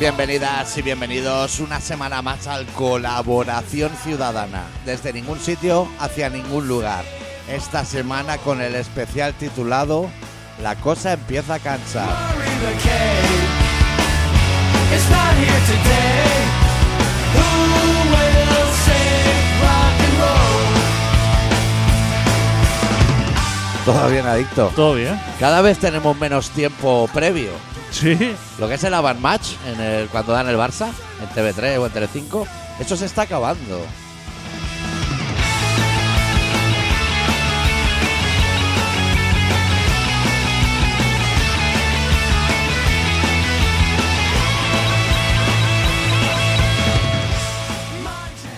Bienvenidas y bienvenidos una semana más al Colaboración Ciudadana, desde ningún sitio hacia ningún lugar. Esta semana con el especial titulado La cosa empieza a cansar. Murray McKay is not here today. Who will save rock and roll? Todo bien adicto. Todo bien. Cada vez tenemos menos tiempo previo. Sí. Lo que es el avant match en el, cuando dan el Barça, en TV3 o en Tele5, eso se está acabando.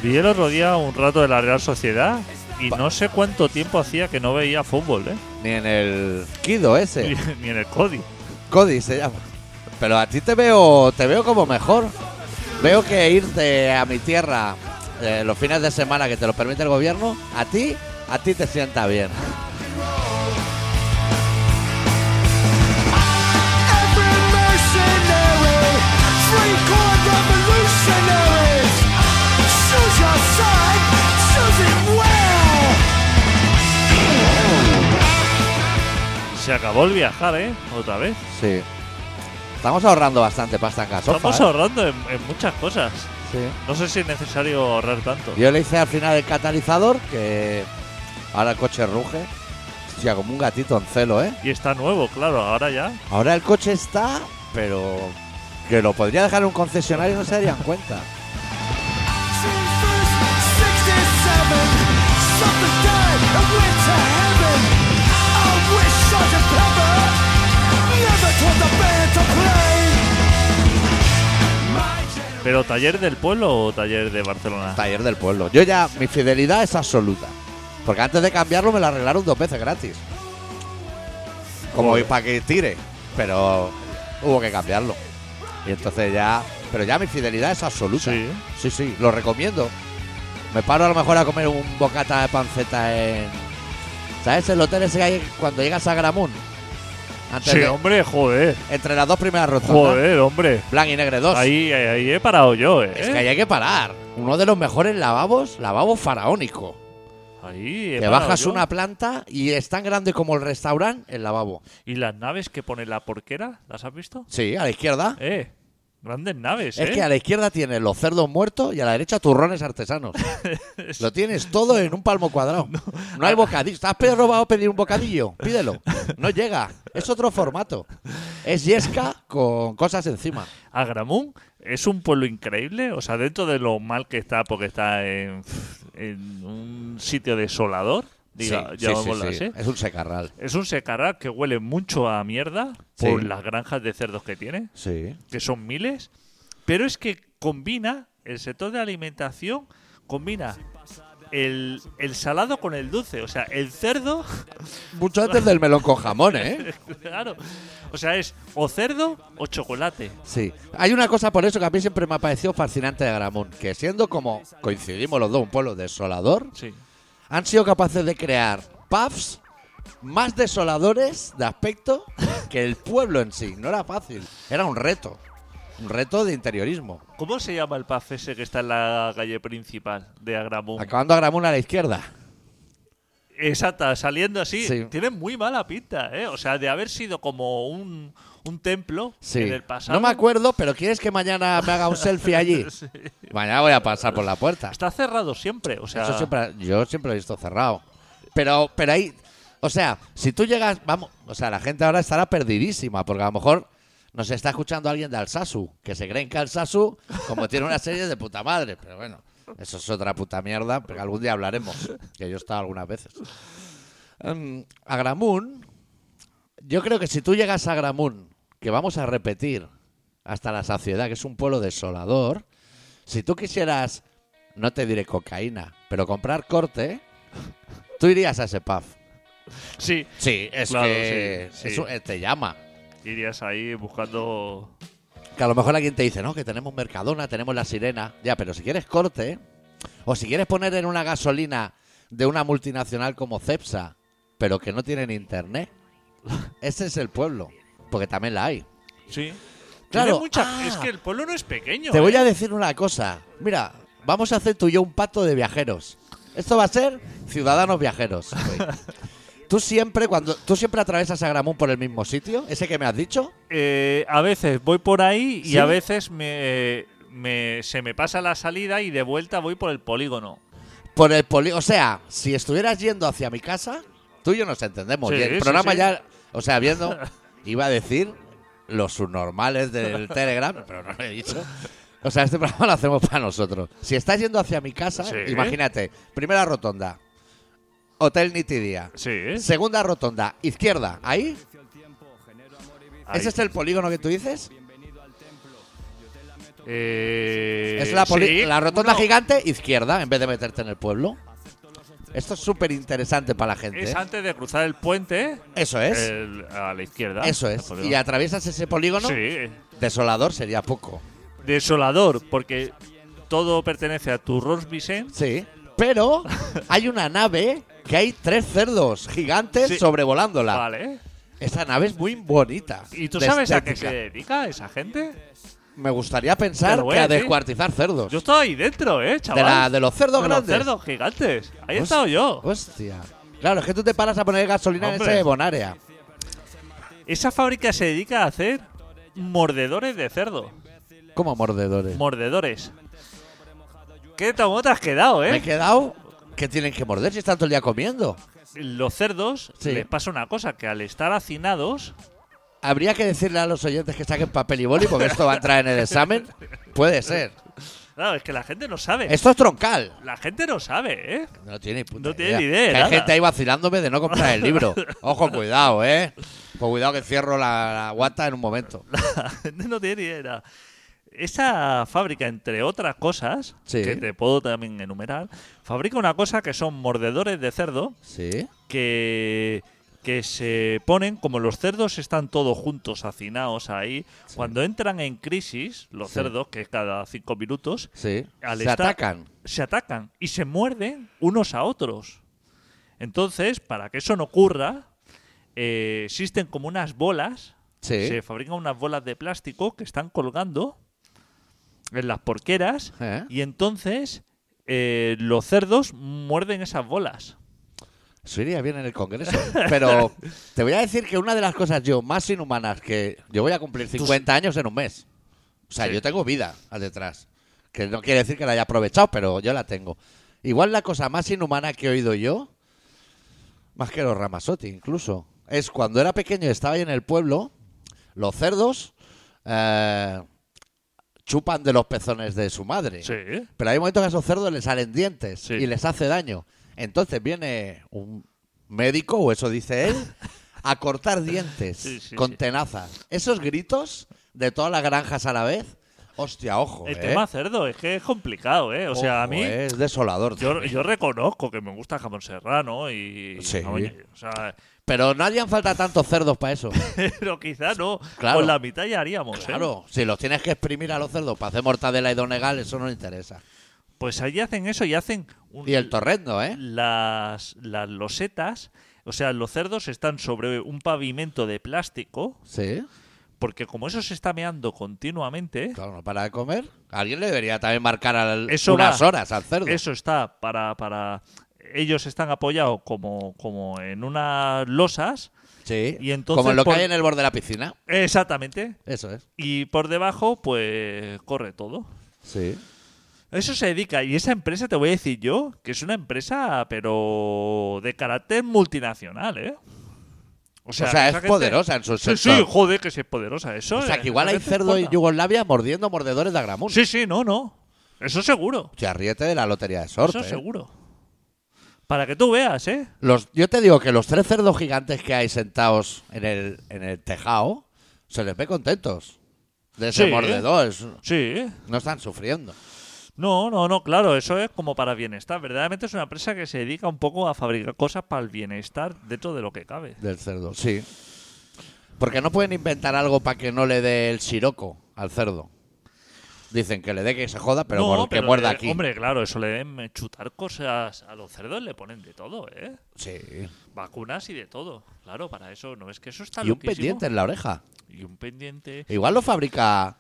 Vi el otro día un rato de la Real Sociedad y no sé cuánto tiempo hacía que no veía fútbol, ¿eh? Ni en el Kido ese. Ni en el Cody. Cody se llama. Pero a ti te veo, te veo como mejor. Veo que irte a mi tierra eh, los fines de semana que te lo permite el gobierno, a ti, a ti te sienta bien. Every mercenary, free corps revolutionaries. Choose your side, choose it well. Se acabó el viajar, ¿eh? Otra vez. Sí. Estamos ahorrando bastante pasta en gasofa. Estamos ¿eh? ahorrando en, en muchas cosas. Sí. No sé si es necesario ahorrar tanto. Yo le hice al final el catalizador, que ahora el coche ruge. Hostia, como un gatito en celo, ¿eh? Y está nuevo, claro, ahora ya. Ahora el coche está, pero que lo podría dejar en un concesionario y no se darían cuenta. ¿Pero taller del pueblo o taller de Barcelona? Taller del pueblo. Yo ya, mi fidelidad es absoluta. Porque antes de cambiarlo me lo arreglaron dos veces gratis. Como Joder. para que tire. Pero hubo que cambiarlo. Y entonces ya. Pero ya mi fidelidad es absoluta. Sí. sí, sí, lo recomiendo. Me paro a lo mejor a comer un bocata de panceta en. ¿Sabes? El hotel ese que hay cuando llegas a Gramún. Antes Sí, de- hombre, joder. Entre las dos primeras rotondas. Joder, hombre. Blanc y Negre 2. Ahí, ahí, ahí he parado yo, ¿eh? Es que ahí hay que parar. Uno de los mejores lavabos, lavabo faraónico. Ahí he Te parado bajas yo. una planta y es tan grande como el restaurante el lavabo. ¿Y las naves que pone la porquera? ¿Las has visto? Sí, a la izquierda. Eh, grandes naves, Es ¿eh? que a la izquierda tienes los cerdos muertos y a la derecha turrones artesanos. Lo tienes todo en un palmo cuadrado. No, hay bocadillo. ¿Estás pe- robado pedir un bocadillo? Pídelo. No llega. Es otro formato. Es yesca con cosas encima. Agramún es un pueblo increíble, o sea, dentro de lo mal que está, porque está en, en un sitio desolador, diga, ¿eh? Sí, sí, llamémoslo sí, sí. así. Es un secarral. Es un secarral que huele mucho a mierda Sí. por las granjas de cerdos que tiene, Sí. que son miles, pero es que combina el sector de alimentación, combina el, el salado con el dulce, o sea, el cerdo, Mucho antes del melón con jamón, ¿eh? claro, o sea, es o cerdo o chocolate. Sí. Hay una cosa por eso que a mí siempre me ha parecido fascinante de Gramón, que siendo como coincidimos los dos, un pueblo desolador, Sí. han sido capaces de crear pubs más desoladores de aspecto que el pueblo en sí. No era fácil, era un reto. Un reto de interiorismo. ¿Cómo se llama el pub ese que está en la calle principal de Agramón? Acabando a Gramón a la izquierda. Exacta, saliendo así. Sí. Tiene muy mala pinta, ¿eh? O sea, de haber sido como un, un templo Sí. en el pasado. No me acuerdo, pero ¿quieres que mañana me haga un selfie allí? Mañana voy a pasar por la puerta. Está cerrado siempre, o sea... Eso siempre- yo siempre lo he visto cerrado. Pero, pero ahí, o sea, si tú llegas, vamos, o sea, la gente ahora estará perdidísima, porque a lo mejor nos está escuchando alguien de Alsasu, que se creen que Alsasu, como tiene una serie de puta madre, pero bueno, eso es otra puta mierda, pero algún día hablaremos, que yo he estado algunas veces. Em, a Gramun, yo creo que si tú llegas a Gramun, que vamos a repetir hasta la saciedad, que es un pueblo desolador, si tú quisieras, no te diré cocaína, pero comprar corte, tú irías a ese pub. Sí, Sí, es Claro, que sí, sí. es un- eh, te llama. irías ahí buscando... Que a lo mejor alguien te dice, no, que tenemos Mercadona, tenemos la sirena. Ya, pero si quieres corte, o si quieres poner en una gasolina de una multinacional como Cepsa, pero que no tienen internet, ese es el pueblo, porque también la hay. Sí. Tiene Claro. mucha- Ah. es que el pueblo no es pequeño. Te ¿eh? voy a decir una cosa. Mira, vamos a hacer tú y yo un pacto de viajeros. Esto va a ser ciudadanos viajeros. güey. tú siempre cuando tú siempre atravesas a Gramón por el mismo sitio, ese que me has dicho. Eh, a veces voy por ahí y ¿Sí? a veces me, me- se me pasa la salida y de vuelta voy por el polígono. Por el poli o sea, si estuvieras yendo hacia mi casa, tú y yo nos entendemos. Sí, y el sí, programa sí. ya, o sea, viendo, iba a decir los subnormales del Telegram, pero no lo he dicho. O sea, este programa lo hacemos para nosotros. Si estás yendo hacia mi casa, Sí. imagínate, primera rotonda, Hotel Nitidía, Sí, ¿eh? segunda rotonda, izquierda, ahí, Ahí. ¿ese es el polígono que tú dices? Eh, es la, poli- sí, la rotonda uno- gigante, izquierda, en vez de meterte en el pueblo. Esto es súper interesante para la gente. Es ¿eh? antes de cruzar el puente. Eso es. el- a la izquierda. Eso Eh, el es. polígono. Y atraviesas ese polígono, Sí. desolador sería poco. Desolador, porque todo pertenece a tu Ros Vicent. Sí. Pero hay una nave que hay tres cerdos gigantes Sí. sobrevolándola. Vale. Esa nave es muy bonita. ¿Y tú de sabes a qué se estética. dedica esa gente? Me gustaría Te pensar lo voy que a a decir. descuartizar cerdos. Yo estaba ahí dentro, ¿eh, Pues de, chaval? la, de los cerdos De los grandes. Pues, cerdos gigantes. Ahí he Hostia, estado yo. Hostia. Claro, es que tú te paras a poner gasolina en Hombre. ese Bonaria. Esa fábrica se dedica a hacer mordedores de cerdo. Como mordedores. Mordedores. ¿Qué tomo te has quedado, Me eh? he quedado que tienen que morder si están todo el día comiendo. Los cerdos Sí. les pasa una cosa, que al estar hacinados, Habría que decirle a los oyentes que saquen papel y boli porque esto va a entrar en el examen. Puede ser. claro, es que la gente no sabe. Esto es troncal. La gente no sabe, ¿eh? No tiene ni puta No tiene ni idea, Que hay nada. gente ahí vacilándome de no comprar el libro. Ojo, cuidado, ¿eh? Pues cuidado que cierro la, la guata en un momento. La gente no tiene ni idea. Esa fábrica, entre otras cosas, Sí. que te puedo también enumerar, fabrica una cosa que son mordedores de cerdo ¿Sí? que, que se ponen, como los cerdos están todos juntos, hacinados ahí, cuando entran en crisis, los Sí. cerdos, que es cada cinco minutos, Sí. Al Se estar- atacan. se atacan y se muerden unos a otros. Entonces, para que eso no ocurra, eh, existen como unas bolas, Sí. se fabrican unas bolas de plástico que están colgando en las porqueras ¿Eh? y entonces eh, los cerdos muerden esas bolas. Eso iría bien en el Congreso. Pero te voy a decir que una de las cosas yo más inhumanas que yo voy a cumplir 50 años en un mes. O sea, Sí. yo tengo vida al detrás. Que no quiere decir que la haya aprovechado, pero yo la tengo. Igual la cosa más inhumana que he oído yo, más que los Ramazotti incluso, es cuando era pequeño y estaba ahí en el pueblo, los cerdos eh, chupan de los pezones de su madre. Sí. Pero hay momentos que a esos cerdos les salen dientes Sí. y les hace daño. Entonces viene un médico, o eso dice él, a cortar dientes Sí, sí, con sí. tenazas. Esos gritos de todas las granjas a la vez, hostia, ojo. El ¿eh? tema cerdo es que es complicado, ¿eh? O sea, a Ojo, mí ¿eh? Es desolador. yo, también. yo reconozco que me gusta el jamón serrano y... Sí. jamón- o sea, Pero no harían falta tantos cerdos para eso. pero quizá no. Claro. Con la mitad ya haríamos, ¿eh? Claro, si los tienes que exprimir a los cerdos para hacer mortadela y donegal, eso no le interesa. Pues allí hacen eso y hacen un- Y el torrendo, ¿eh? las, las losetas. O sea, los cerdos están sobre un pavimento de plástico, Sí, porque como eso se está meando continuamente, claro, no para de comer. Alguien le debería también marcar al- Eso unas va. horas al cerdo. eso está para, para... Ellos están apoyados como, como en unas losas. Sí. Y entonces Como lo pon- que hay en el borde de la piscina. Exactamente. Eso es. Y por debajo, pues corre todo. Sí. A Eso se dedica. Y esa empresa, te voy a decir yo, que es una empresa, pero de carácter multinacional, ¿eh? O O sea, esa es poderosa en su Sí, sí, sector. joder, que sí es poderosa eso. O sea, eh, que igual hay esa gente cerdo en explota. Yugoslavia mordiendo mordedores de agramón. Sí, sí, no, no. Eso seguro. Te arriete de la lotería de sorte. eso ¿eh? seguro. Para que tú veas, ¿eh? Los, yo te digo que los tres cerdos gigantes que hay sentados en el, en el tejado se les ve contentos de ese Sí. mordedor. es- Sí. no están sufriendo. No, no, no, claro, eso es como para bienestar. Verdaderamente es una empresa que se dedica un poco a fabricar cosas para el bienestar dentro de lo que cabe. Del cerdo, sí. Porque no pueden inventar algo para que no le dé el siroco al cerdo. Dicen que le dé que se joda, pero no, por- que muerda eh, aquí. Hombre, claro, eso le deben chutar cosas a los cerdos, le ponen de todo, ¿eh? Sí. Vacunas y de todo. Claro, para eso, ¿no es que eso está Y un loquísimo? pendiente en la oreja. y un pendiente. Igual lo fabrica.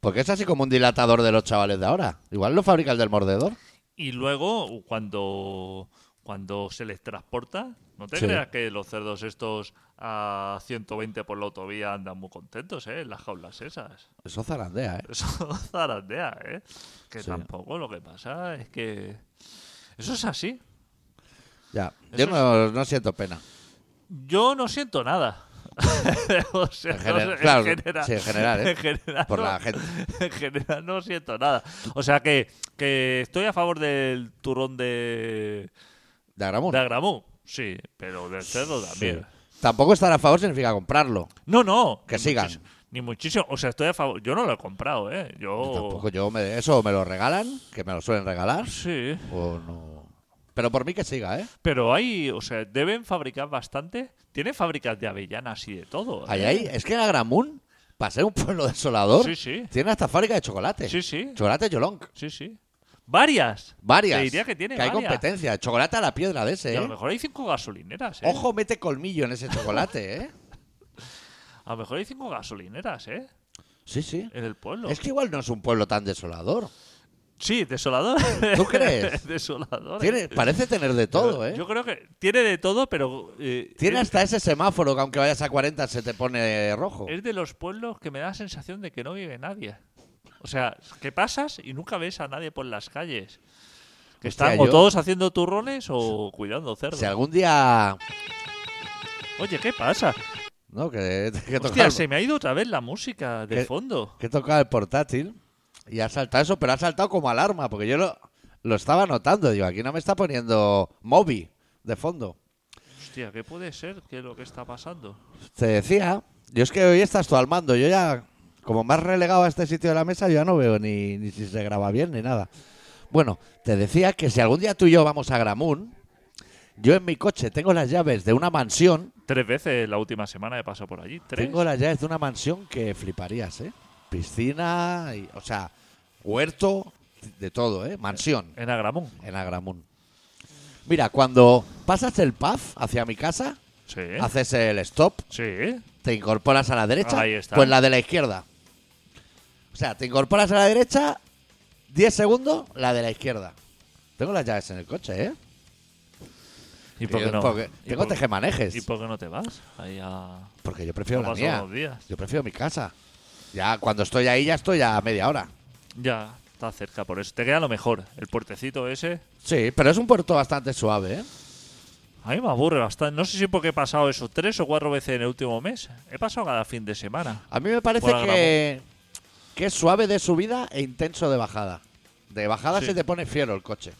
Porque es así como un dilatador de los chavales de ahora. Igual lo fabrica el del mordedor. Y luego, uh, cuando, cuando se les transporta, no te Sí. creas que los cerdos estos a 120 por la autovía andan muy contentos, ¿eh? En las jaulas esas. Eso zarandea, ¿eh? Eso zarandea, ¿eh? Que Sí. tampoco lo que pasa es que... Eso es así. Ya. Yo Eso no, no siento pena. Yo no siento nada. O sea, En gener- no sé, claro, sí, en general, ¿eh? en general Por no- la gente. En general no siento nada. O sea que, que estoy a favor del turrón de, De Agramón. de Agramú, sí, pero del cerdo también. Sí. Tampoco estar a favor significa comprarlo. No, no. Que ni sigan. muchis- Ni muchísimo. O sea, estoy a favor. Yo no lo he comprado, ¿eh? Yo. Tampoco yo me, eso me lo regalan, que me lo suelen regalar, Sí. o no. Pero por mí que siga, ¿eh? Pero hay. O sea, deben fabricar bastante. Tienen fábricas de avellanas y de todo. ¿eh? Ahí, ahí. Es que en Agramún, para ser un pueblo desolador, Sí, sí. tiene hasta fábrica de chocolate. Sí, sí. Chocolate Yolong. Sí, sí. Varias. Varias. Te diría que tiene hay varias. competencia. Chocolate a la piedra de ese, Y a lo ¿eh? mejor hay cinco gasolineras, ¿eh? Ojo, mete colmillo en ese chocolate, ¿eh? A lo mejor hay cinco gasolineras, ¿eh? Sí, sí. En el pueblo. Es que igual no es un pueblo tan desolador. Sí, desolador. ¿Tú crees? desolador. ¿eh? Tiene, parece tener de todo, ¿eh? Yo creo que tiene de todo, pero. eh, Tiene es- hasta ese semáforo que aunque vayas a 40 se te pone rojo. Es de los pueblos que me da la sensación de que no vive nadie. O sea, que pasas y nunca ves a nadie por las calles. Que Hostia, están o yo- todos haciendo turrones o cuidando cerdos. Si algún día... Oye, ¿qué pasa? No, que, que, Hostia, tocaba, se me ha ido otra vez la música de ¿Qué? fondo. que tocaba el portátil y ha saltado eso, pero ha saltado como alarma, porque yo lo, lo estaba notando. Digo, aquí no me está poniendo Moby de fondo. Hostia, ¿qué puede ser? ¿Qué es lo que está pasando? Te decía, yo es que hoy estás tú al mando, yo ya, como más relegado a este sitio de la mesa, yo ya no veo ni, ni si se graba bien ni nada. Bueno, te decía que si algún día tú y yo vamos a Gramún, yo en mi coche tengo las llaves de una mansión, Tres veces la última semana he pasado por allí. Tres. tengo las llaves de una mansión que fliparías, ¿eh? Piscina, y- o sea, huerto, de todo, ¿eh? Mansión En Agramón. en Agramún. Mira, cuando pasas el PAF hacia mi casa, Sí. haces el stop, Sí. te incorporas a la derecha, Ahí está. pues la de la izquierda. O sea, te incorporas a la derecha, 10 segundos, la de la izquierda. Tengo las llaves en el coche, ¿eh? ¿Y por qué Yo- no? porque ¿Y tengo por- tejemanejes. ¿Y por qué no te vas? Ahí a... porque yo prefiero no la paso mía. los días. Yo prefiero mi casa. Ya cuando estoy ahí, ya estoy a media hora. Ya, está cerca, por eso. Te queda lo mejor. El puertecito ese. Sí, pero es un puerto bastante suave, ¿eh? A mí me aburre bastante. No sé si porque he pasado eso tres o cuatro veces en el último mes. He pasado cada fin de semana. A mí me parece Por Agramón. que, que es suave de subida e intenso de bajada. De bajada Sí. se te pone fiero el coche.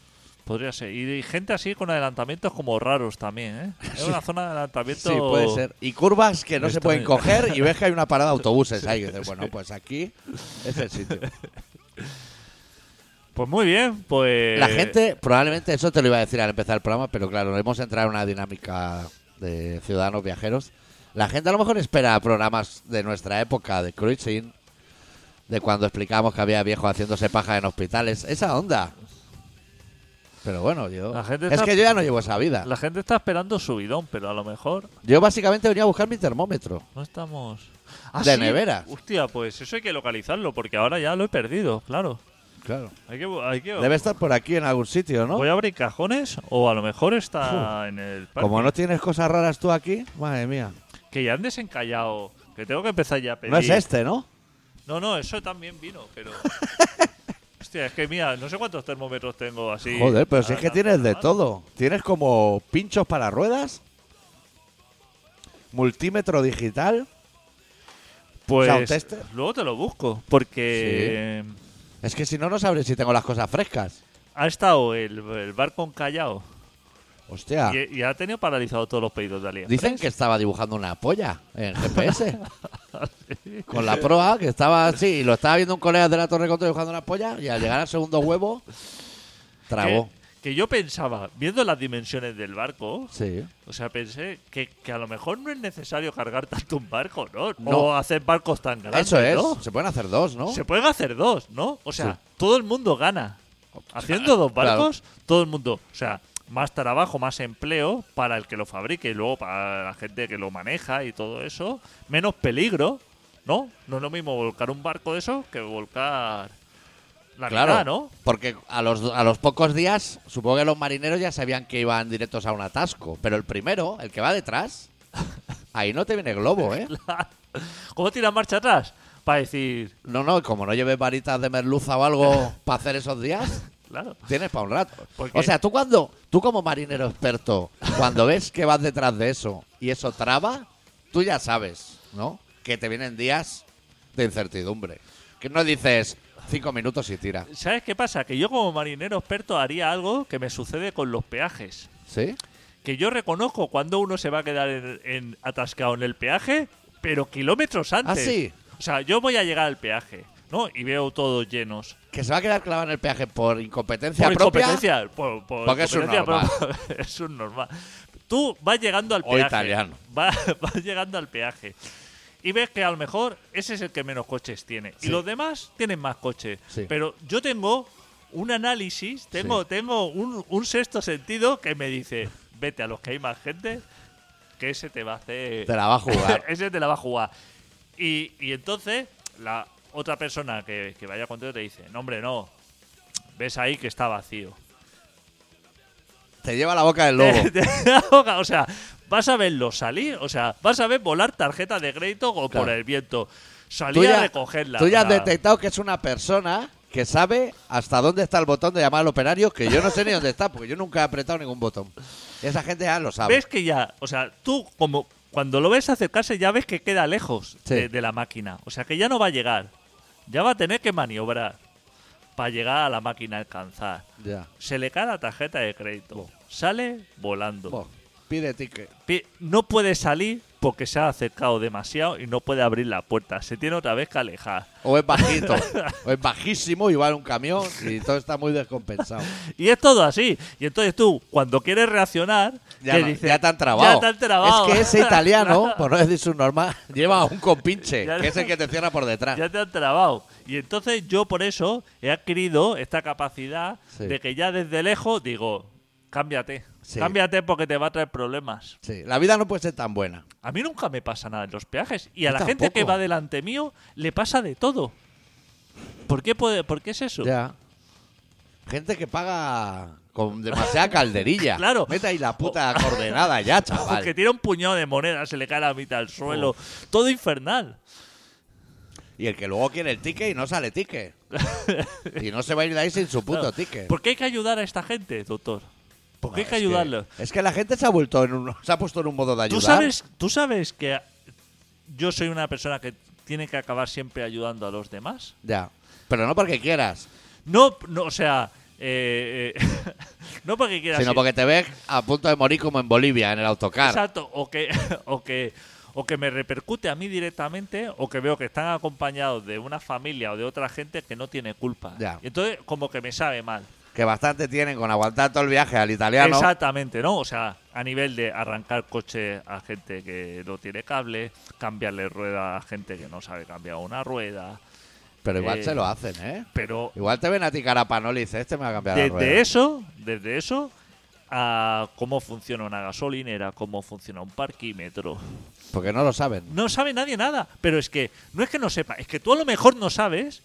Podría ser. Y, y gente así con adelantamientos como raros también, ¿eh? Es una zona de adelantamiento. Sí, puede ser. Y curvas que no se Esto pueden me- coger y ves que hay una parada de autobuses ahí. Y dices, bueno, pues aquí es el sitio. Eh, Pues muy bien, pues. La gente, probablemente eso te lo iba a decir al empezar el programa, pero claro, hemos entrado en una dinámica de ciudadanos viajeros. La gente a lo mejor espera programas de nuestra época, de cruising, de cuando explicamos que había viejos haciéndose paja en hospitales. Esa onda. Pero bueno, yo. La gente es está- que yo ya no llevo esa vida. La gente está esperando subidón, pero a lo mejor Yo básicamente venía a buscar mi termómetro. no estamos. Ah, De neveras. Hostia, pues eso hay que localizarlo, porque ahora ya lo he perdido, claro. Claro. Hay que. bu- Hay que Debe estar por aquí en algún sitio, ¿no? Voy a abrir cajones o a lo mejor está en el parque. Como no tienes cosas raras tú aquí, madre mía. Que ya han desencallado. Que tengo que empezar ya a pedir. No es este, ¿no? No, no, eso también vino, pero. Hostia, es que mira, no sé cuántos termómetros tengo así. Joder, pero si a es que la- tienes de a- todo. Tienes como pinchos para ruedas, multímetro digital. Pues sound tester. luego te lo busco, porque Es que si no, no sabré si tengo las cosas frescas. ha estado el, el bar con Callao Hostia. y, eh, y ha tenido paralizado todos los pedidos de AliExpress. Dicen que estaba dibujando una polla en GPS. Con la proa, que estaba así, y lo estaba viendo un colega de la Torre Contra dibujando una polla, y al llegar al segundo huevo, que, trabó. que yo pensaba, viendo las dimensiones del barco, Sí. o sea, pensé que, que a lo mejor no es necesario cargar tanto un barco, ¿no? No. O hacer barcos tan grandes. Eso es. ¿no? Se pueden hacer dos, ¿no? Se pueden hacer dos, ¿no? O sea, Oh. Sí. todo el mundo gana. Haciendo dos Claro. barcos, todo el mundo. O sea, más trabajo, más empleo para el que lo fabrique y luego para la gente que lo maneja y todo eso. Menos peligro. ¿no? No es lo mismo volcar un barco de eso que volcar la claro, mitad, ¿no? porque a los, a los pocos días, supongo que los marineros ya sabían que iban directos a un atasco. Pero el primero, el que va detrás, ahí no te viene globo, ¿eh? ¿Cómo tiras marcha atrás? Para decir, No, no, como no lleves varitas de merluza o algo para hacer esos días, claro. tienes para un rato. Porque- O sea, tú cuando, tú como marinero experto, cuando ves que vas detrás de eso y eso traba, tú ya sabes, ¿no? Que te vienen días de incertidumbre. Que no dices cinco minutos y tira. ¿Sabes qué pasa? Que yo como marinero experto haría algo que me sucede con los peajes. ¿Sí? Que yo reconozco cuando uno se va a quedar en- en- atascado en el peaje, pero kilómetros antes. Ah, sí? O sea, yo voy a llegar al peaje, ¿no? Y veo todos llenos. Que se va a quedar clavado en el peaje por incompetencia por propia incompetencia, por- por Porque es un incompetencia, por- es un normal. Tú vas llegando al O peaje. italiano. va- vas llegando al peaje. Y ves que a lo mejor ese es el que menos coches tiene. Sí. Y los demás tienen más coches. Sí. Pero yo tengo un análisis, tengo, Sí. tengo un, un sexto sentido que me dice, vete a los que hay más gente, que ese te va a hacer... te la va a jugar. Ese te la va a jugar. Y, y entonces, la otra persona que, que vaya contigo te dice, no, hombre, no. Ves ahí que está vacío. te lleva la boca del lobo. Te- te ahoga, o sea, vas a verlo salir, o sea, vas a ver volar tarjeta de crédito o por Claro. el viento. Salir tú a ya, recogerla. tú ya o has sea, detectado que es una persona que sabe hasta dónde está el botón de llamar al operario, que yo no sé ni dónde está, porque yo nunca he apretado ningún botón. Esa gente ya lo sabe. Ves que ya, o sea, tú como cuando lo ves acercarse ya ves que queda lejos Sí. de, de la máquina. O sea, que ya no va a llegar. Ya va a tener que maniobrar para llegar a la máquina a alcanzar. Ya. Se le cae la tarjeta de crédito. Sale volando. Bo, pide ticket. Pi- No puede salir porque se ha acercado demasiado y no puede abrir la puerta. Se tiene otra vez que alejar. O es bajito. o es bajísimo y va en un camión y todo está muy descompensado. Y es todo así. Y entonces tú, cuando quieres reaccionar, Ya, que no, dices, ya te han trabado. "Ya te han trabado". Es que ese italiano, por no decir su normal, lleva a un compinche, Ya- que es el que te cierra por detrás. Ya te han trabado. Y entonces yo por eso he adquirido esta capacidad Sí. de que ya desde lejos digo, cámbiate. Sí. Cámbiate porque te va a traer problemas. Sí, la vida no puede ser tan buena. A mí nunca me pasa nada en los peajes. Y a Yo la gente que tampoco. va delante mío le pasa de todo. ¿Por qué, puede- por qué es eso? Ya. Gente que paga con demasiada calderilla. Claro. Mete ahí la puta coordenada ya, chaval. Porque tira un puñado de monedas, se le cae la mitad al suelo. Todo infernal. Y el que luego quiere el ticket y no sale ticket. y no se va a ir de ahí sin su puto Claro. ticket. ¿Por qué hay que ayudar a esta gente, doctor? ¿Por qué hay Es que ayudarlos? es que la gente se ha vuelto en un- se ha puesto en un modo de ayudar. ¿Tú sabes, tú sabes que yo soy una persona que tiene que acabar siempre ayudando a los demás. Ya. Pero no porque quieras, No, no o sea, eh, eh, no porque quieras. sino ir- porque te ves a punto de morir como en Bolivia, en el autocar. Exacto, o que, o que, o que me repercute a mí directamente, o que veo que están acompañados de una familia o de otra gente que no tiene culpa. Ya. Y entonces, como que me sabe mal. Que bastante tienen con aguantar todo el viaje al italiano. Exactamente, ¿no? O sea, a nivel de arrancar coche a gente que no tiene cable, cambiarle rueda a gente que no sabe cambiar una rueda, Pero igual Eh, se lo hacen, ¿eh? pero Igual te ven a ti carapanolis, este me va a cambiar la rueda. desde eso, desde eso a cómo funciona una gasolinera, cómo funciona un parquímetro. Porque no lo saben. No sabe nadie nada, pero es que no es que no sepa, es que tú a lo mejor no sabes,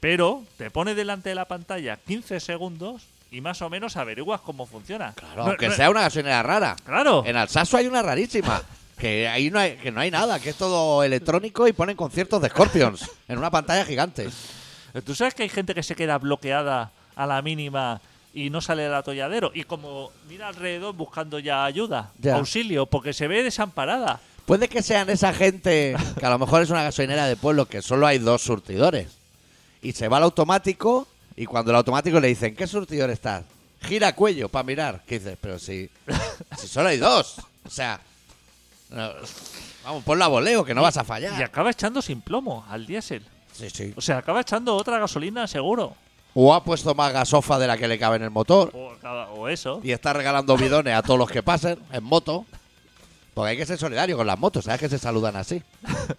pero te pones delante de la pantalla 15 segundos y más o menos averiguas cómo funciona. Claro, No- aunque no- sea una gasolinera rara. Claro. En Alsaso hay una rarísima. Que ahí no hay, que no hay nada, que es todo electrónico y ponen conciertos de Scorpions en una pantalla gigante. ¿Tú sabes que hay gente que se queda bloqueada a la mínima y no sale del atolladero? Y como mira alrededor buscando ya ayuda, Ya. auxilio, porque se ve desamparada. Puede que sean esa gente que a lo mejor es una gasolinera de pueblo que solo hay dos surtidores. Y se va al automático y cuando el automático le dicen, ¿qué surtidor estás? Gira cuello para mirar. ¿Qué dices? Pero si, si solo hay dos. O sea, no, vamos, ponla a voleo que no vas a Y fallar. acaba echando sin plomo al diésel. Sí, sí. O sea, acaba echando otra gasolina seguro. O ha puesto más gasofa de la que le cabe en el motor. O, acaba- o eso. y está regalando bidones a todos los que pasen en moto. Porque hay que ser solidario con las motos, ¿sabes? Que se saludan así,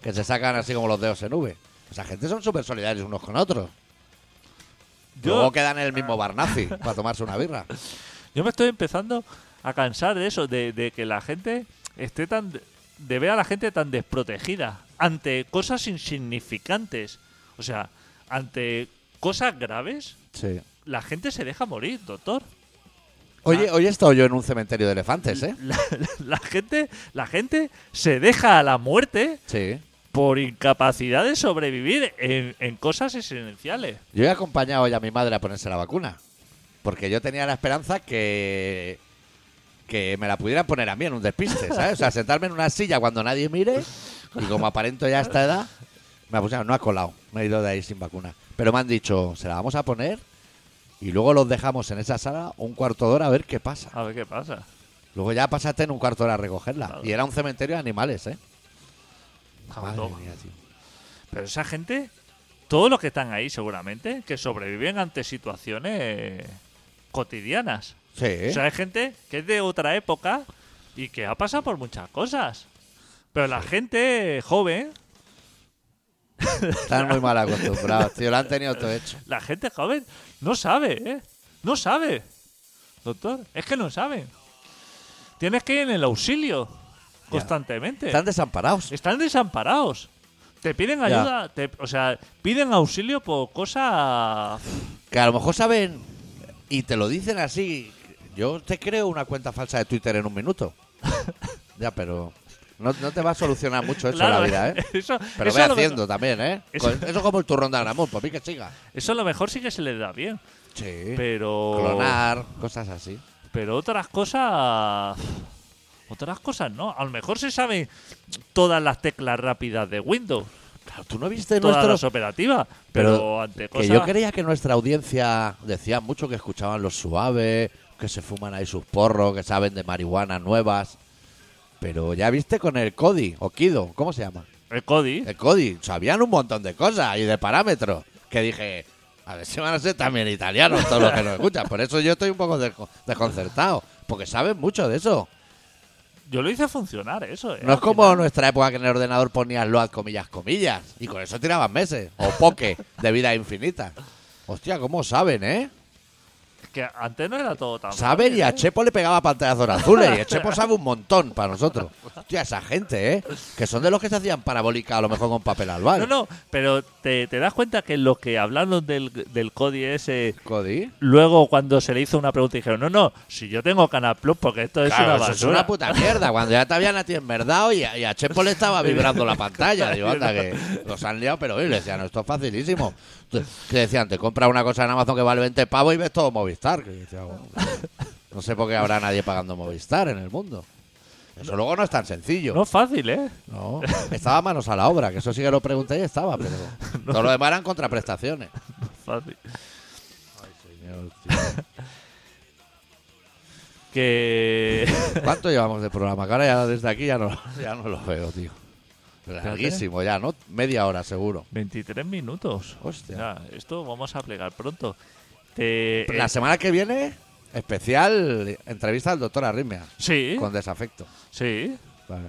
que se sacan así como los dedos en V. O sea, gente son súper solidarios unos con otros. Luego Yo, quedan en el mismo bar nazi para tomarse una birra. yo me estoy empezando a cansar de eso, de, de que la gente esté tan... de ver a la gente tan desprotegida ante cosas insignificantes. O sea, ante cosas graves, Sí. la gente se deja morir, doctor. Oye, hoy he estado yo en un cementerio de elefantes, ¿eh? La, la- la gente, la gente se deja a la muerte Sí. por incapacidad de sobrevivir en, en cosas esenciales. Yo he acompañado hoy a mi madre a ponerse la vacuna. Porque yo tenía la esperanza que. que me la pudieran poner a mí en un despiste, ¿sabes? O sea, sentarme en una silla cuando nadie mire. Y como aparento ya a esta edad, me ha no ha colado. Me he ido de ahí sin vacuna. Pero me han dicho, se la vamos a poner. Y luego los dejamos en esa sala un cuarto de hora a ver qué pasa. A ver qué pasa. Luego ya pasaste en un cuarto de hora a recogerla. Claro. Y era un cementerio de animales, ¿eh? Madre Toma. mía, tío. Pero esa gente, todos los que están ahí seguramente, que sobreviven ante situaciones cotidianas. Sí, O sea, hay gente que es de otra época y que ha pasado por muchas cosas. Pero la gente joven, están muy mal acostumbrados, tío. Lo han tenido todo hecho. la gente joven no sabe, ¿eh? No sabe. Doctor, es que no saben. Tienes que ir en el auxilio constantemente. Están desamparados. Están desamparados. Te piden ayuda, te- o sea, piden auxilio por cosas... Que a lo mejor saben y te lo dicen así. Yo te creo una cuenta falsa de Twitter en un minuto. ya, pero no, no te va a solucionar mucho eso en Claro, la vida, ¿eh? Eso, Pero eso ve a lo mejor- haciendo también, ¿eh? eso- Con- Eso, como el turrón de Agramón, por mí que siga. eso a lo mejor sí que se les da bien. Sí. Pero... Clonar, cosas así. Pero otras cosas. Otras cosas no. A lo mejor se saben todas las teclas rápidas de Windows, Claro, tú no viste todas nuestro... las operativas, pero, ante cosas. Que yo creía que nuestra audiencia decía mucho que escuchaban los suaves, que se fuman ahí sus porros, que saben de marihuana nuevas. Pero ya viste con el Cody, o Kido, ¿cómo se llama? El Cody. El Cody, sabían un montón de cosas y de parámetros. Que dije, a ver si van a ser también italianos todos los que nos escuchan. Por eso yo estoy un poco desco- desconcertado, porque saben mucho de eso. Yo lo hice funcionar, eso. eh, No al es como final. nuestra época que en el ordenador ponías load comillas comillas y con eso tiraban meses o poke de vida infinita. Hostia, ¿cómo saben, eh? Que antes no era todo tan. Saben y fácil, a ¿eh? Chepo le pegaba pantallazos azules y a Chepo sabe un montón para nosotros. Hostia, esa gente, ¿eh? Que son de los que se hacían parabólica a lo mejor con papel albal. No, no, pero te, te das cuenta que los que hablaron del, del Cody ese. Cody. Luego, cuando se le hizo una pregunta, dijeron: No, no, si yo tengo Canal Plus, porque esto es Claro, una eso basura. es una puta mierda. Cuando ya te habían a ti enmerdado y a, y a Chepo le estaba vibrando la pantalla. Digo, anda, que los han liado, pero hoy le decían, esto es facilísimo. Te- Que decían, te compras una cosa en Amazon que vale 20 pavos y ves todo Movistar. Que yo decía, bueno, no sé por qué habrá nadie pagando Movistar en el mundo. Eso luego no es tan sencillo. No es fácil, ¿eh? No, estaba manos a la obra, que eso sí que lo pregunté y estaba, pero todo lo demás eran contraprestaciones. Fácil. Que. ¿Cuánto llevamos de programa? Que ahora ya desde aquí ya no, ya no lo veo, tío. Larguísimo ya, ¿no? Media hora seguro. 23 minutos. Hostia. Ya, esto vamos a plegar pronto. Te- La eh, semana que viene, especial entrevista al doctor Arritmia, sí, con desafecto. sí. Vale.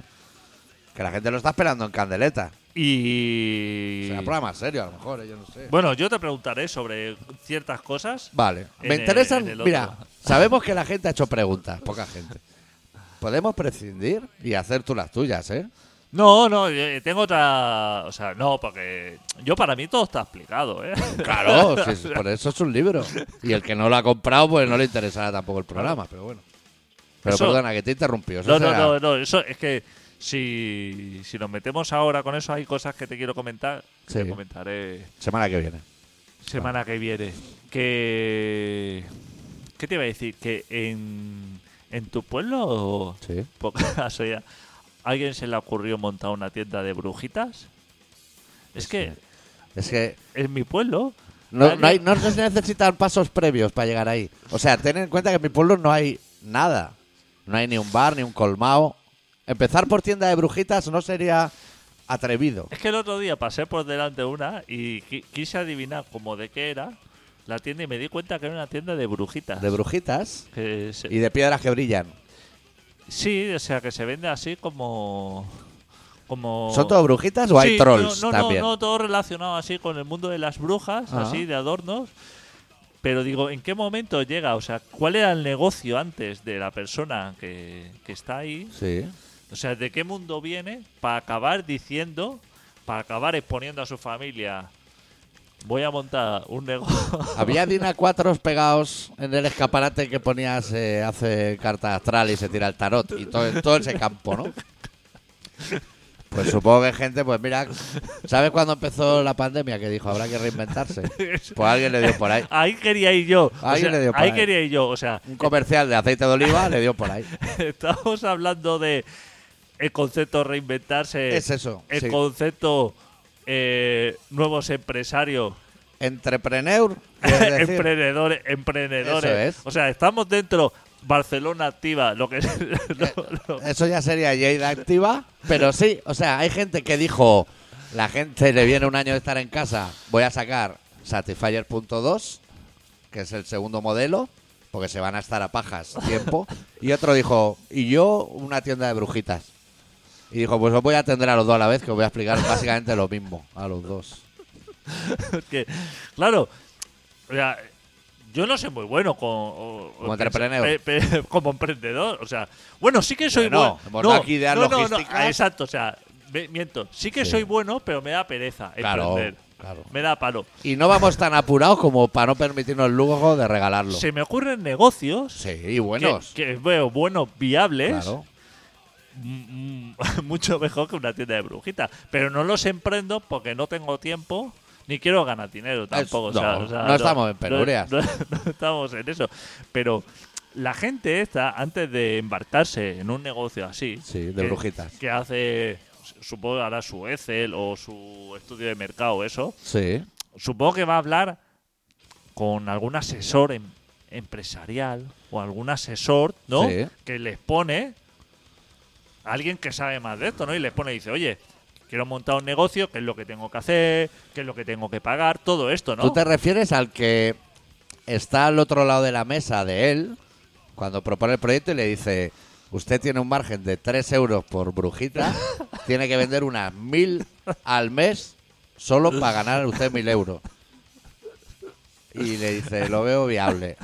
Que la gente lo está esperando en Candeleta. Y. Será programa serio, a lo mejor, eh, yo no sé. Bueno, yo te preguntaré sobre ciertas cosas. Vale, En me el- interesan. en el otro. Mira, sabemos que la gente ha hecho preguntas, poca gente. Podemos prescindir y hacer tú las tuyas, ¿eh? No, no, eh, tengo otra. O sea, no, porque yo para mí todo está explicado, ¿eh? Pues Claro, sí, sí, por eso es un libro. Y el que no lo ha comprado, pues no le interesará tampoco el programa, pero bueno. Pero Eso- perdona, que te interrumpió. No, no, no, no, eso es que si, si nos metemos ahora con eso, hay cosas que te quiero comentar. Que Sí. te comentaré Semana que viene. semana que viene. Que. ¿Qué te iba a decir? Que en, en tu pueblo, Sí. por casualidad, ¿a alguien se le ocurrió montar una tienda de brujitas? Es que Es que en mi pueblo. no, alguien- no hay- no se necesitan pasos previos para llegar ahí. O sea, ten en cuenta que en mi pueblo no hay nada. No hay ni un bar, ni un colmao. Empezar por tienda de brujitas no sería atrevido. Es que el otro día pasé por delante de una y qui- quise adivinar como de qué era la tienda y me di cuenta que era una tienda de brujitas. De brujitas Que se- y de piedras que brillan. Sí, o sea, que se vende así como. como... ¿Son todo brujitas o hay Sí, trolls no, no, no, también? no, todo relacionado así con el mundo de las brujas, Ah. así de adornos. Pero digo, ¿en qué momento llega? O sea, ¿cuál era el negocio antes de la persona que, que está ahí? Sí. O sea, ¿de qué mundo viene para acabar diciendo para acabar exponiendo a su familia, voy a montar un negocio. Había Dina cuatro pegados en el escaparate que ponía se hace carta astral y se tira el tarot y todo, todo ese campo, ¿no? Pues supongo que gente, pues mira, ¿sabes cuándo empezó la pandemia? Que dijo, habrá que reinventarse. Pues alguien le dio por ahí. Ahí quería ir yo. O Ahí sea, le dio por ahí ahí. quería ir yo. O sea, Un comercial de aceite de oliva le dio por ahí. estamos hablando de el concepto reinventarse. Es eso, El sí. concepto eh, nuevos empresarios. Entrepreneur, quieres decir. emprendedores, emprendedores. Eso es. O sea, estamos dentro. Barcelona activa, lo que es. lo- lo- Eso ya sería Jade activa, pero sí, o sea, hay gente que dijo, la gente le viene un año de estar en casa, voy a sacar Satisfyer.2, que es el segundo modelo, porque se van a estar a pajas tiempo, y otro dijo, y yo una tienda de brujitas. Y dijo, pues os voy a atender a los dos a la vez, que os voy a explicar básicamente lo mismo a los dos. que- claro, o sea, yo no soy muy bueno con, o- o- Como entrepreneur. pe- pe- como emprendedor. O sea, bueno, sí que soy Pero no, bueno. hemos dado aquí ideas logísticas. exacto, o sea, me- miento. Sí que Sí. soy bueno, pero me da pereza Claro, emprender. claro. Me da palo. Y no vamos tan apurados como para no permitirnos el lujo de regalarlo. Se me ocurren negocios Sí, y que- buenos. Que, veo buenos, viables. Claro. mm, mm, mucho mejor que una tienda de brujitas. Pero no los emprendo porque no tengo tiempo ni quiero ganar dinero tampoco. o sea, no, o sea, no estamos en penurias. No, no estamos en eso. Pero la gente esta, antes de embarcarse en un negocio así, Sí, de que- brujitas. que hace, supongo que hará su Excel o su estudio de mercado, eso, Sí. supongo que va a hablar con algún asesor em- empresarial o algún asesor, ¿no? Sí. Que les pone alguien que sabe más de esto, ¿no? Y les pone y dice, oye, quiero montar un negocio, ¿qué es lo que tengo que hacer? ¿Qué es lo que tengo que pagar? Todo esto, ¿no? ¿Tú te refieres al que está al otro lado de la mesa de él cuando propone el proyecto y le dice, usted tiene un margen de 3 euros por brujita, tiene que vender unas 1000 al mes solo para ganar usted 1000 euros? Y le dice, lo veo viable.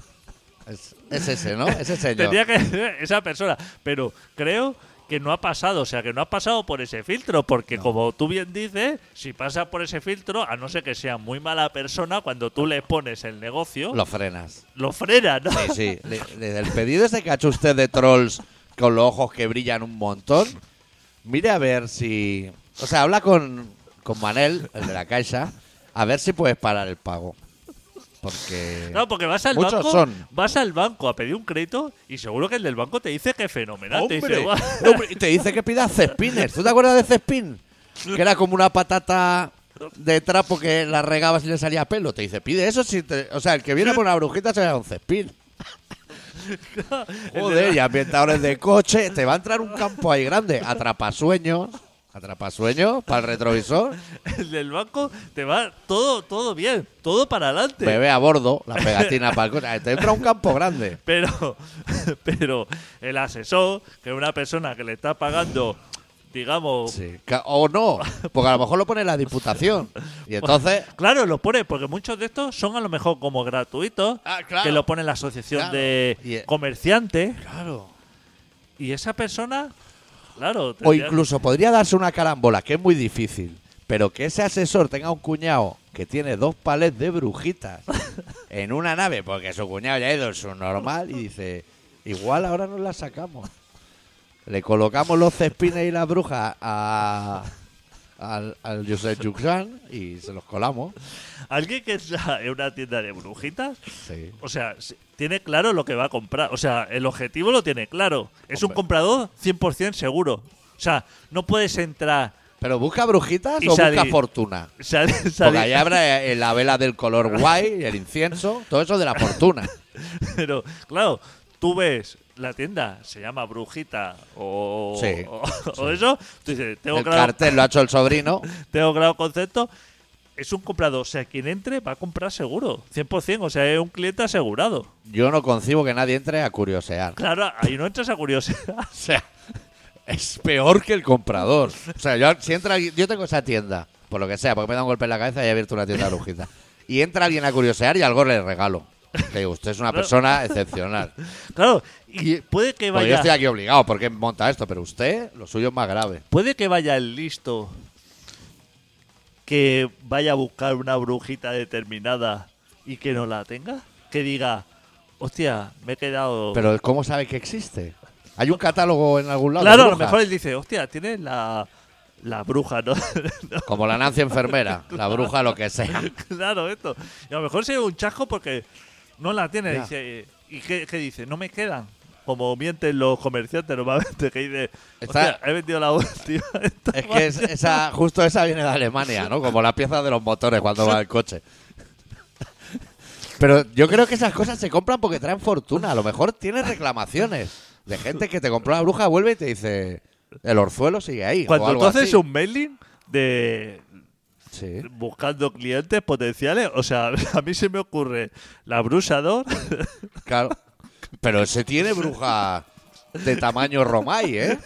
Es, es ese, ¿no? Ese señor. Tendría que ser esa persona, pero creo que no ha pasado, o sea, que no ha pasado por ese filtro, porque como tú bien dices, si pasa por ese filtro, a no ser que sea muy mala persona, cuando tú le pones el negocio, lo, Lo frenas. frena, ¿no? Sí, sí. Le- le- el pedido ese que ha hecho usted de trolls con los ojos que brillan un montón, mire a ver si. O sea, habla con, con Manel, el de la Caixa, a ver si puedes parar el pago. Porque. No, porque vas al Muchos banco, son. vas al banco a pedir un crédito y seguro que el del banco te dice que es fenomenal. te dice, "Buah". hombre, y te dice que pidas cespines. ¿Tú te acuerdas de cespín? Que era como una patata de trapo que la regabas y le salía pelo. Te dice, pide eso si te- O sea, el que viene por una brujita se le da un cespín. Joder, y ambientadores de coche. Te va a entrar un campo ahí grande. Atrapasueños. Atrapasueños para el retrovisor. el del banco te va todo, todo bien, todo para adelante. Bebé a bordo. La pegatina para el coche. Te entra un campo grande. Pero, pero el asesor, que es una persona que le está pagando, digamos, Sí. Ca- O no. Porque a lo mejor lo pone la diputación. Y entonces. Claro, lo pone, porque muchos de estos son a lo mejor como gratuitos, Ah, claro. que lo pone la asociación Claro. de Y- e- comerciantes. Claro. Y esa persona, claro, O tendría- incluso podría darse una carambola, que es muy difícil. Pero que ese asesor tenga un cuñado que tiene dos palets de brujitas en una nave, porque su cuñado ya ha ido en su normal y dice, igual ahora nos la sacamos. Le colocamos los cespines y las brujas a, al, al Josep Juxan y se los colamos. alguien que está en una tienda de brujitas, Sí. o sea, si- tiene claro lo que va a comprar, o sea, el objetivo lo tiene claro. Es un Hombre. comprador 100% seguro. O sea, no puedes entrar, Pero busca brujitas Y o busca salir. fortuna. sal- Porque salir- ahí habrá eh, la vela del color guay, el incienso, todo eso de la fortuna. Pero, claro, tú ves la tienda, se llama Brujita o, Sí, o, o eso, tú dices, tengo El claro, cartel lo ha hecho el sobrino. tengo claro concepto. Es un comprador, o sea, quien entre va a comprar seguro, 100%, o sea, es un cliente asegurado. Yo no concibo que nadie entre a curiosear. Claro, ahí no entras a curiosidad. O sea, es peor que el comprador. O sea, yo, si entra, alguien- yo tengo esa tienda, por lo que sea, porque me da un golpe en la cabeza y he abierto una tienda de brujita. Y entra alguien a curiosear y algo le regalo. Le digo, usted es una persona excepcional. Claro, y puede Porque que yo vaya, estoy aquí obligado porque monta esto, pero usted, lo suyo es más grave. puede que vaya el listo que vaya a buscar una brujita determinada y que no la tenga? Que diga, hostia, me he quedado. Pero ¿cómo sabe que existe? ¿Hay un catálogo en algún lado? de claro, a lo brujas? mejor él dice, hostia, tienes la, la bruja, ¿no? Como la Nancy enfermera, la bruja, lo que sea. claro, esto. Y a lo mejor se lleva un chasco porque no la tiene. Ya. Dice, ¿Y qué, qué dice? No me quedan. Como mienten los comerciantes normalmente, que dice, Está- "Hostia, he vendido la última. esta Es que es- mañana". esa, justo esa viene de Alemania, ¿no? Como la pieza de los motores cuando va el coche. Pero yo creo que esas cosas se compran porque traen fortuna. A lo mejor tienes reclamaciones de gente que te compró la bruja, vuelve y te dice, el orzuelo sigue ahí. o Cuando algo tú haces así. un mailing de Sí. buscando clientes potenciales, o sea, a mí se me ocurre la brusador, Claro. Pero se tiene bruja de tamaño romay, ¿eh?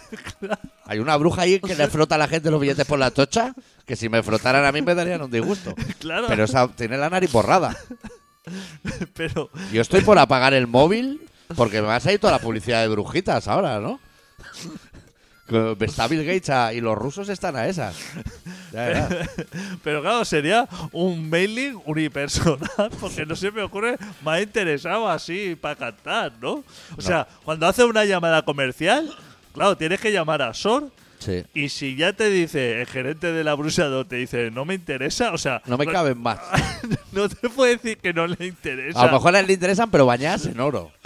Hay una bruja ahí que le frota a la gente los billetes por la tocha, que si me frotaran a mí me darían un disgusto. claro, Pero esa tiene la nariz borrada. pero Yo estoy por apagar el móvil porque me va a salir toda la publicidad de brujitas ahora, ¿no? Que Está Bill Gates a- y los rusos están a esas. Ya verás. Pero claro, sería un mailing unipersonal, porque no se me ocurre más interesado así para cantar, ¿no? O sea, cuando haces una llamada comercial, claro, tienes que llamar a SOR. Sí. Y si ya te dice el gerente de la brusador, te dice, no me interesa, o sea, No me caben más. no te puede decir que no le interesa. A lo mejor a él le interesan, pero bañadas en oro.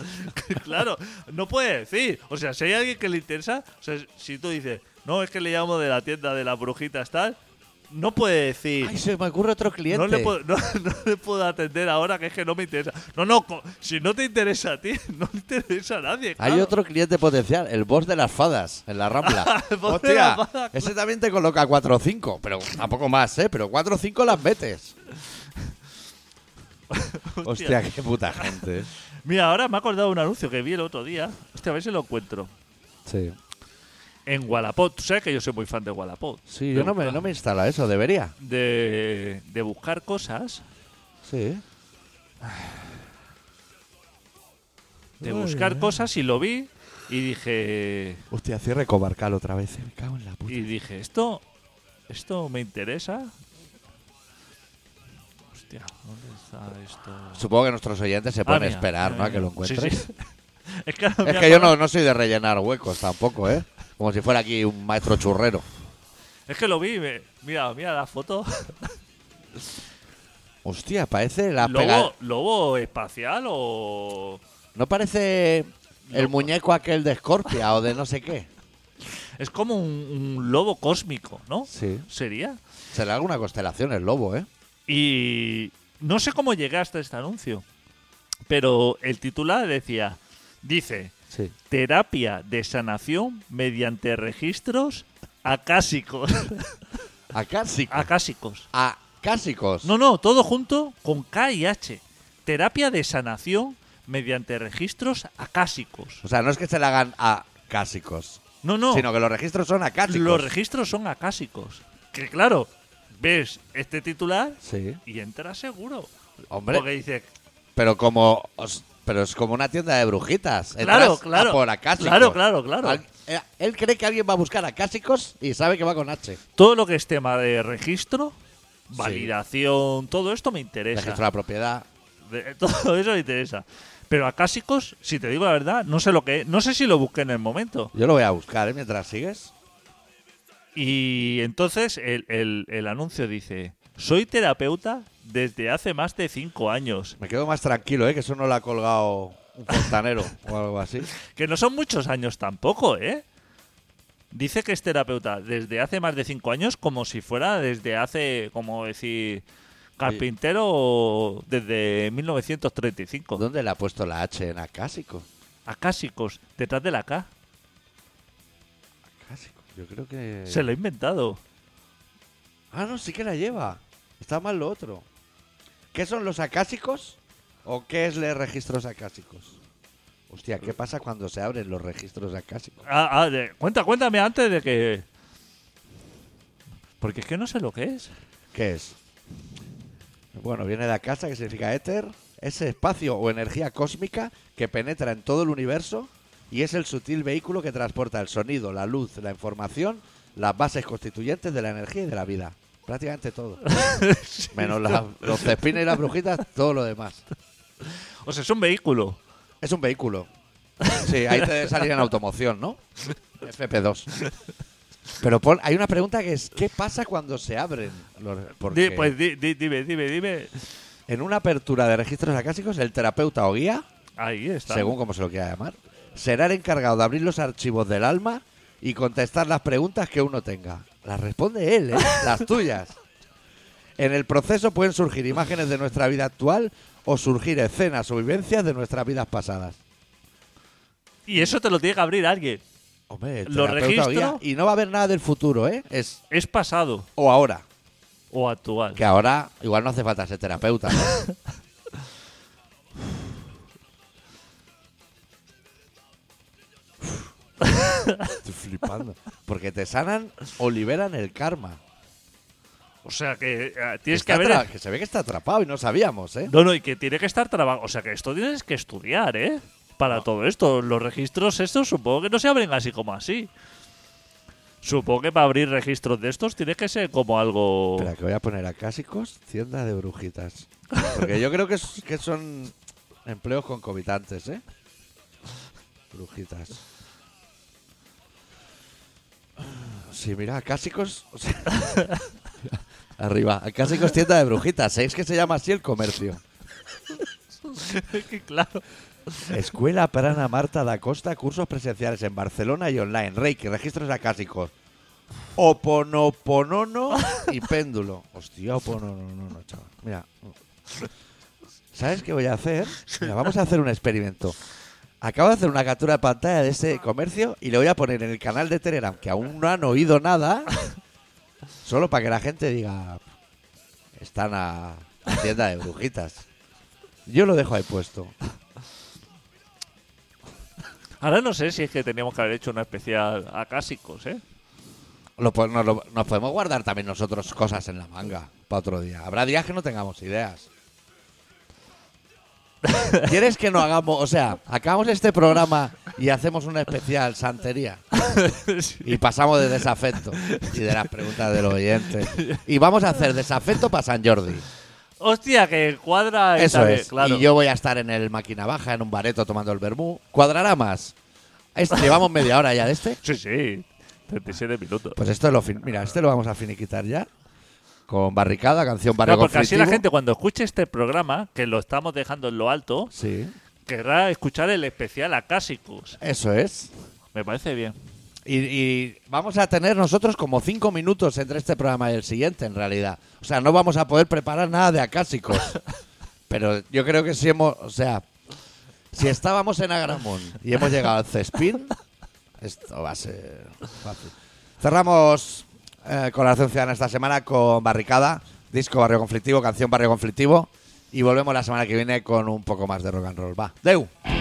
Claro, no puede decir. O sea, si hay alguien que le interesa, o sea, si tú dices, no, es que le llamo de la tienda de las brujitas tal, no puede decir. Ay, se me ocurre otro cliente. No le, puedo, no, no le puedo atender ahora, que es que no me interesa. No, no, co- si no te interesa a ti, no le interesa a nadie. Hay claro. otro cliente potencial, el boss de las fadas, en la Rambla. El boss de Hostia, las fadas, ese también te coloca 4 o 5, pero tampoco más, ¿eh? Pero 4 o 5 las metes. Hostia, qué puta gente. ¿eh? Mira, ahora me ha acordado de un anuncio que vi el otro día. Hostia, a ver si lo encuentro. Sí. En Wallapop. Tú sabes que yo soy muy fan de Wallapop. Sí, De yo no me, buscar- no me instala eso, debería. De, de buscar cosas, Sí. de buscar cosas y lo vi y dije... Hostia, cierre Cobarcal otra vez. eh, Me cago en la puta. Y dije, esto, esto me interesa. Hostia, ¿dónde está esto? Supongo que nuestros oyentes se pueden Ah, mira, esperar, mira, ¿no? A que mira. lo Sí, encuentres. sí. es que, ahora me Es que yo acuerdo- no, no soy de rellenar huecos tampoco, ¿eh? Como si fuera aquí un maestro churrero. Es que lo vi, y me- mira, mira la foto. Hostia, parece la pega... ¿Lobo, lobo espacial o...? ¿No parece el muñeco aquel de Scorpia o de no sé qué? Es como un, un lobo cósmico, ¿no? Sí. Sería. Será alguna constelación el lobo, ¿eh? Y no sé cómo llegué hasta este anuncio, pero el titular decía, dice, Sí. terapia de sanación mediante registros acásicos. Acásicos. acásicos. Acásicos. No, no, todo junto con K y H. Terapia de sanación mediante registros acásicos. O sea, no es que se le hagan acásicos, No, no, sino que los registros son acásicos. los registros son acásicos. Que claro, ves este titular Sí. y entras seguro. Hombre. Porque dice, Pero como os- pero es como una tienda de brujitas. Claro, Entras a claro. por acásicos. Claro, claro, claro. Al- eh, él cree que alguien va a buscar acásicos y sabe que va con H. todo lo que es tema de registro, validación, todo esto me interesa. Registro de la propiedad. De- eh, todo eso me interesa. Pero acásicos, si te digo la verdad, no sé lo que es. No sé si lo busqué en el momento. Yo lo voy a buscar ¿eh? mientras sigues. Y entonces el, el- el anuncio dice, soy terapeuta desde hace más de cinco años. Me quedo más tranquilo, ¿eh? que eso no lo ha colgado un fontanero o algo así. Que no son muchos años tampoco, ¿eh? Dice que es terapeuta desde hace más de cinco años como si fuera desde hace, como decir, carpintero desde 1935. ¿Dónde le ha puesto la H en acásico? Acásicos, detrás de la K. Acásico. Yo creo que. Se lo he inventado. Ah, no, sí que la lleva. Está mal lo otro. ¿Qué son los acásicos? ¿O qué es los registros acásicos? Hostia, ¿qué pasa cuando se abren los registros acásicos? Ah, ah, de- cuenta, cuéntame antes de que... Porque es que no sé lo que es. ¿Qué es? Bueno, viene de casa, que significa éter, ese espacio o energía cósmica que penetra en todo el universo y es el sutil vehículo que transporta el sonido, la luz, la información, las bases constituyentes de la energía y de la vida. Prácticamente todo. Menos las- los cespines y las brujitas, todo lo demás. O sea, es un vehículo. Es un vehículo. Sí, ahí te debe salir en automoción, ¿no? FP2. Pero pon- hay una pregunta que es, ¿qué pasa cuando se abren? los- porque Di- pues di- di- dime, dime, dime. en una apertura de registros acásicos, el terapeuta o guía, Ahí está. según como se lo quiera llamar, será el encargado de abrir los archivos del alma y contestar las preguntas que uno tenga. Las responde él, ¿eh? las tuyas. En el proceso pueden surgir imágenes de nuestra vida actual o surgir escenas o vivencias de nuestras vidas pasadas. Y eso te lo tiene que abrir alguien. Hombre, el Lo terapeuta o guía. registro. Y no va a haber nada del futuro, ¿eh? Es Es pasado o ahora. o actual. Que ahora igual no hace falta ser terapeuta. ¿no? Estoy flipando. Porque te sanan o liberan el karma. O sea, que eh, tienes Está que haber... atra- que se ve que está atrapado y no sabíamos, ¿eh? No, no, y que tiene que estar trabajando. O sea, que esto tienes que estudiar, ¿eh? Para todo esto. Los registros estos supongo que no se abren así como así. Supongo que para abrir registros de estos tiene que ser como algo... Espera, que voy a poner a clásicos, tienda de brujitas. Porque yo creo que, es- que son empleos concomitantes, ¿eh? Brujitas. Sí, mira, clásicos. o sea, arriba, clásicos tienda de brujitas. ¿eh? Es que se llama así el comercio. Que claro. Escuela Prana Marta da Costa, cursos presenciales en Barcelona y online. Reiki, registros acásicos. Oponoponono y péndulo. Hostia, opononono, chaval. Mira. ¿Sabes qué voy a hacer? Mira, vamos a hacer un experimento. Acabo de hacer una captura de pantalla de ese comercio y le voy a poner en el canal de Telegram, que aún no han oído nada, solo para que la gente diga, están a a tienda de brujitas. Yo lo dejo ahí puesto. Ahora no sé si es que teníamos que haber hecho una especial a clásicos, ¿eh? Lo po- nos, lo- nos podemos guardar también nosotros cosas en la manga para otro día. Habrá días que no tengamos ideas. ¿Quieres que no hagamos, o sea, acabamos este programa y hacemos una especial santería? Y pasamos de desafecto y de las preguntas del oyente. Y vamos a hacer desafecto para San Jordi. Hostia, que cuadra y Eso tal, es. claro. Y yo voy a estar en el máquina baja, en un bareto tomando el vermú. ¿Cuadrará más? Este, llevamos media hora ya de este. Sí, sí. 37 minutos. Pues esto lo fin- mira, este lo vamos a finiquitar ya con barricada, canción barrio Claro, porque así la conflictivo. gente cuando escuche este programa, que lo estamos dejando en lo alto, Sí, querrá escuchar el especial a clásicos. eso es. Me parece bien. Y, y vamos a tener nosotros como cinco minutos entre este programa y el siguiente, en realidad. O sea, no vamos a poder preparar nada de acásicos. Pero yo creo que si hemos, o sea, si estábamos en Agramón y hemos llegado al Cespin, esto va a ser fácil. Cerramos eh, con la acción ciudadana esta semana con Barricada, disco Barrio Conflictivo, canción Barrio Conflictivo. Y volvemos la semana que viene con un poco más de rock and roll. Va, Deu. Este